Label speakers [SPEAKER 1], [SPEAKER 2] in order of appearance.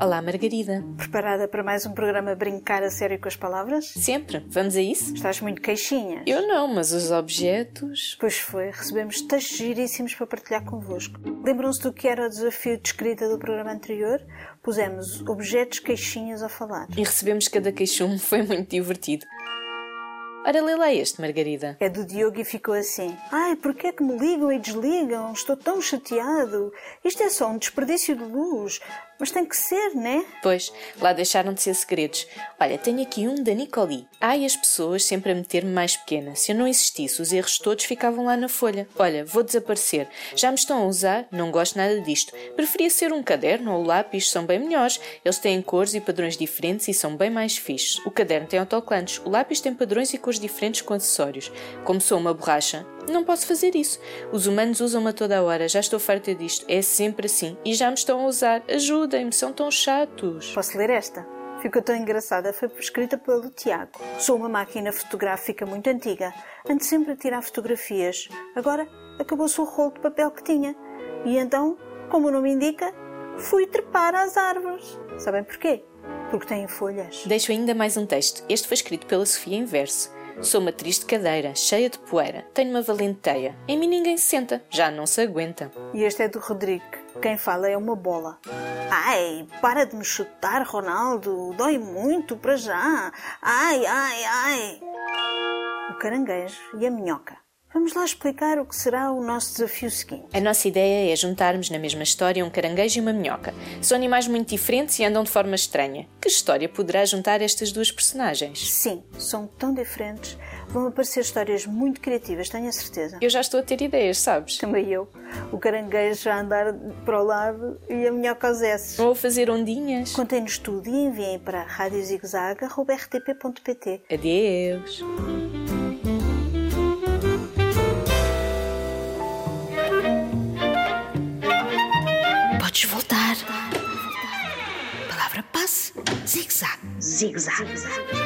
[SPEAKER 1] Olá, Margarida.
[SPEAKER 2] Preparada para mais um programa Brincar a Sério com as Palavras?
[SPEAKER 1] Sempre. Vamos a isso?
[SPEAKER 2] Estás muito queixinha.
[SPEAKER 1] Eu não, mas os objetos.
[SPEAKER 2] Pois foi, recebemos textos giríssimos para partilhar convosco. Lembram-se do que era o desafio de escrita do programa anterior? Pusemos objetos queixinhas a falar.
[SPEAKER 1] E recebemos cada queixume, foi muito divertido. Ora, lê lá este, Margarida.
[SPEAKER 2] É do Diogo e ficou assim. Ai, porquê é que me ligam e desligam? Estou tão chateado. Isto é só um desperdício de luz. Mas tem que ser, né?
[SPEAKER 1] Pois, lá deixaram de ser segredos. Olha, tenho aqui um da Nicoli. Ai, as pessoas sempre a meter-me mais pequena. Se eu não existisse, os erros todos ficavam lá na folha. Olha, vou desaparecer. Já me estão a usar? Não gosto nada disto. Preferia ser um caderno ou lápis, são bem melhores. Eles têm cores e padrões diferentes e são bem mais fixes. O caderno tem autoclantes, o lápis tem padrões e cores diferentes com acessórios. Como sou uma borracha, não posso fazer isso. Os humanos usam-me a toda a hora, já estou farta disto. É sempre assim. E já me estão a usar. Ajudem-me, são tão chatos.
[SPEAKER 2] Posso ler esta? Ficou tão engraçada, foi escrita pelo Tiago. Sou uma máquina fotográfica muito antiga. Ando sempre a tirar fotografias. Agora acabou-se o rolo de papel que tinha. E então, como o nome indica, fui trepar às árvores. Sabem porquê? Porque têm folhas.
[SPEAKER 1] Deixo ainda mais um texto. Este foi escrito pela Sofia em verso. Sou uma triste cadeira, cheia de poeira. Tenho uma valenteia. Em mim ninguém se senta, já não se aguenta.
[SPEAKER 2] E este é do Rodrigo. Quem fala é uma bola. Ai, para de me chutar, Ronaldo. Dói muito para já. Ai, ai, ai. O caranguejo e a minhoca. Vamos lá explicar o que será o nosso desafio seguinte.
[SPEAKER 1] A nossa ideia é juntarmos na mesma história um caranguejo e uma minhoca. São animais muito diferentes e andam de forma estranha. Que história poderá juntar estas duas personagens?
[SPEAKER 2] Sim, são tão diferentes. Vão aparecer histórias muito criativas, tenho a certeza.
[SPEAKER 1] Eu já estou a ter ideias, sabes?
[SPEAKER 2] Também eu. O caranguejo a andar para o lado e a minhoca aos S.
[SPEAKER 1] Ou a fazer ondinhas.
[SPEAKER 2] Contem-nos tudo e enviem para radiozigzag.rtp.pt.
[SPEAKER 1] Adeus.
[SPEAKER 3] Podes voltar. Palavra passe. Zig-zag.
[SPEAKER 4] zig-zag.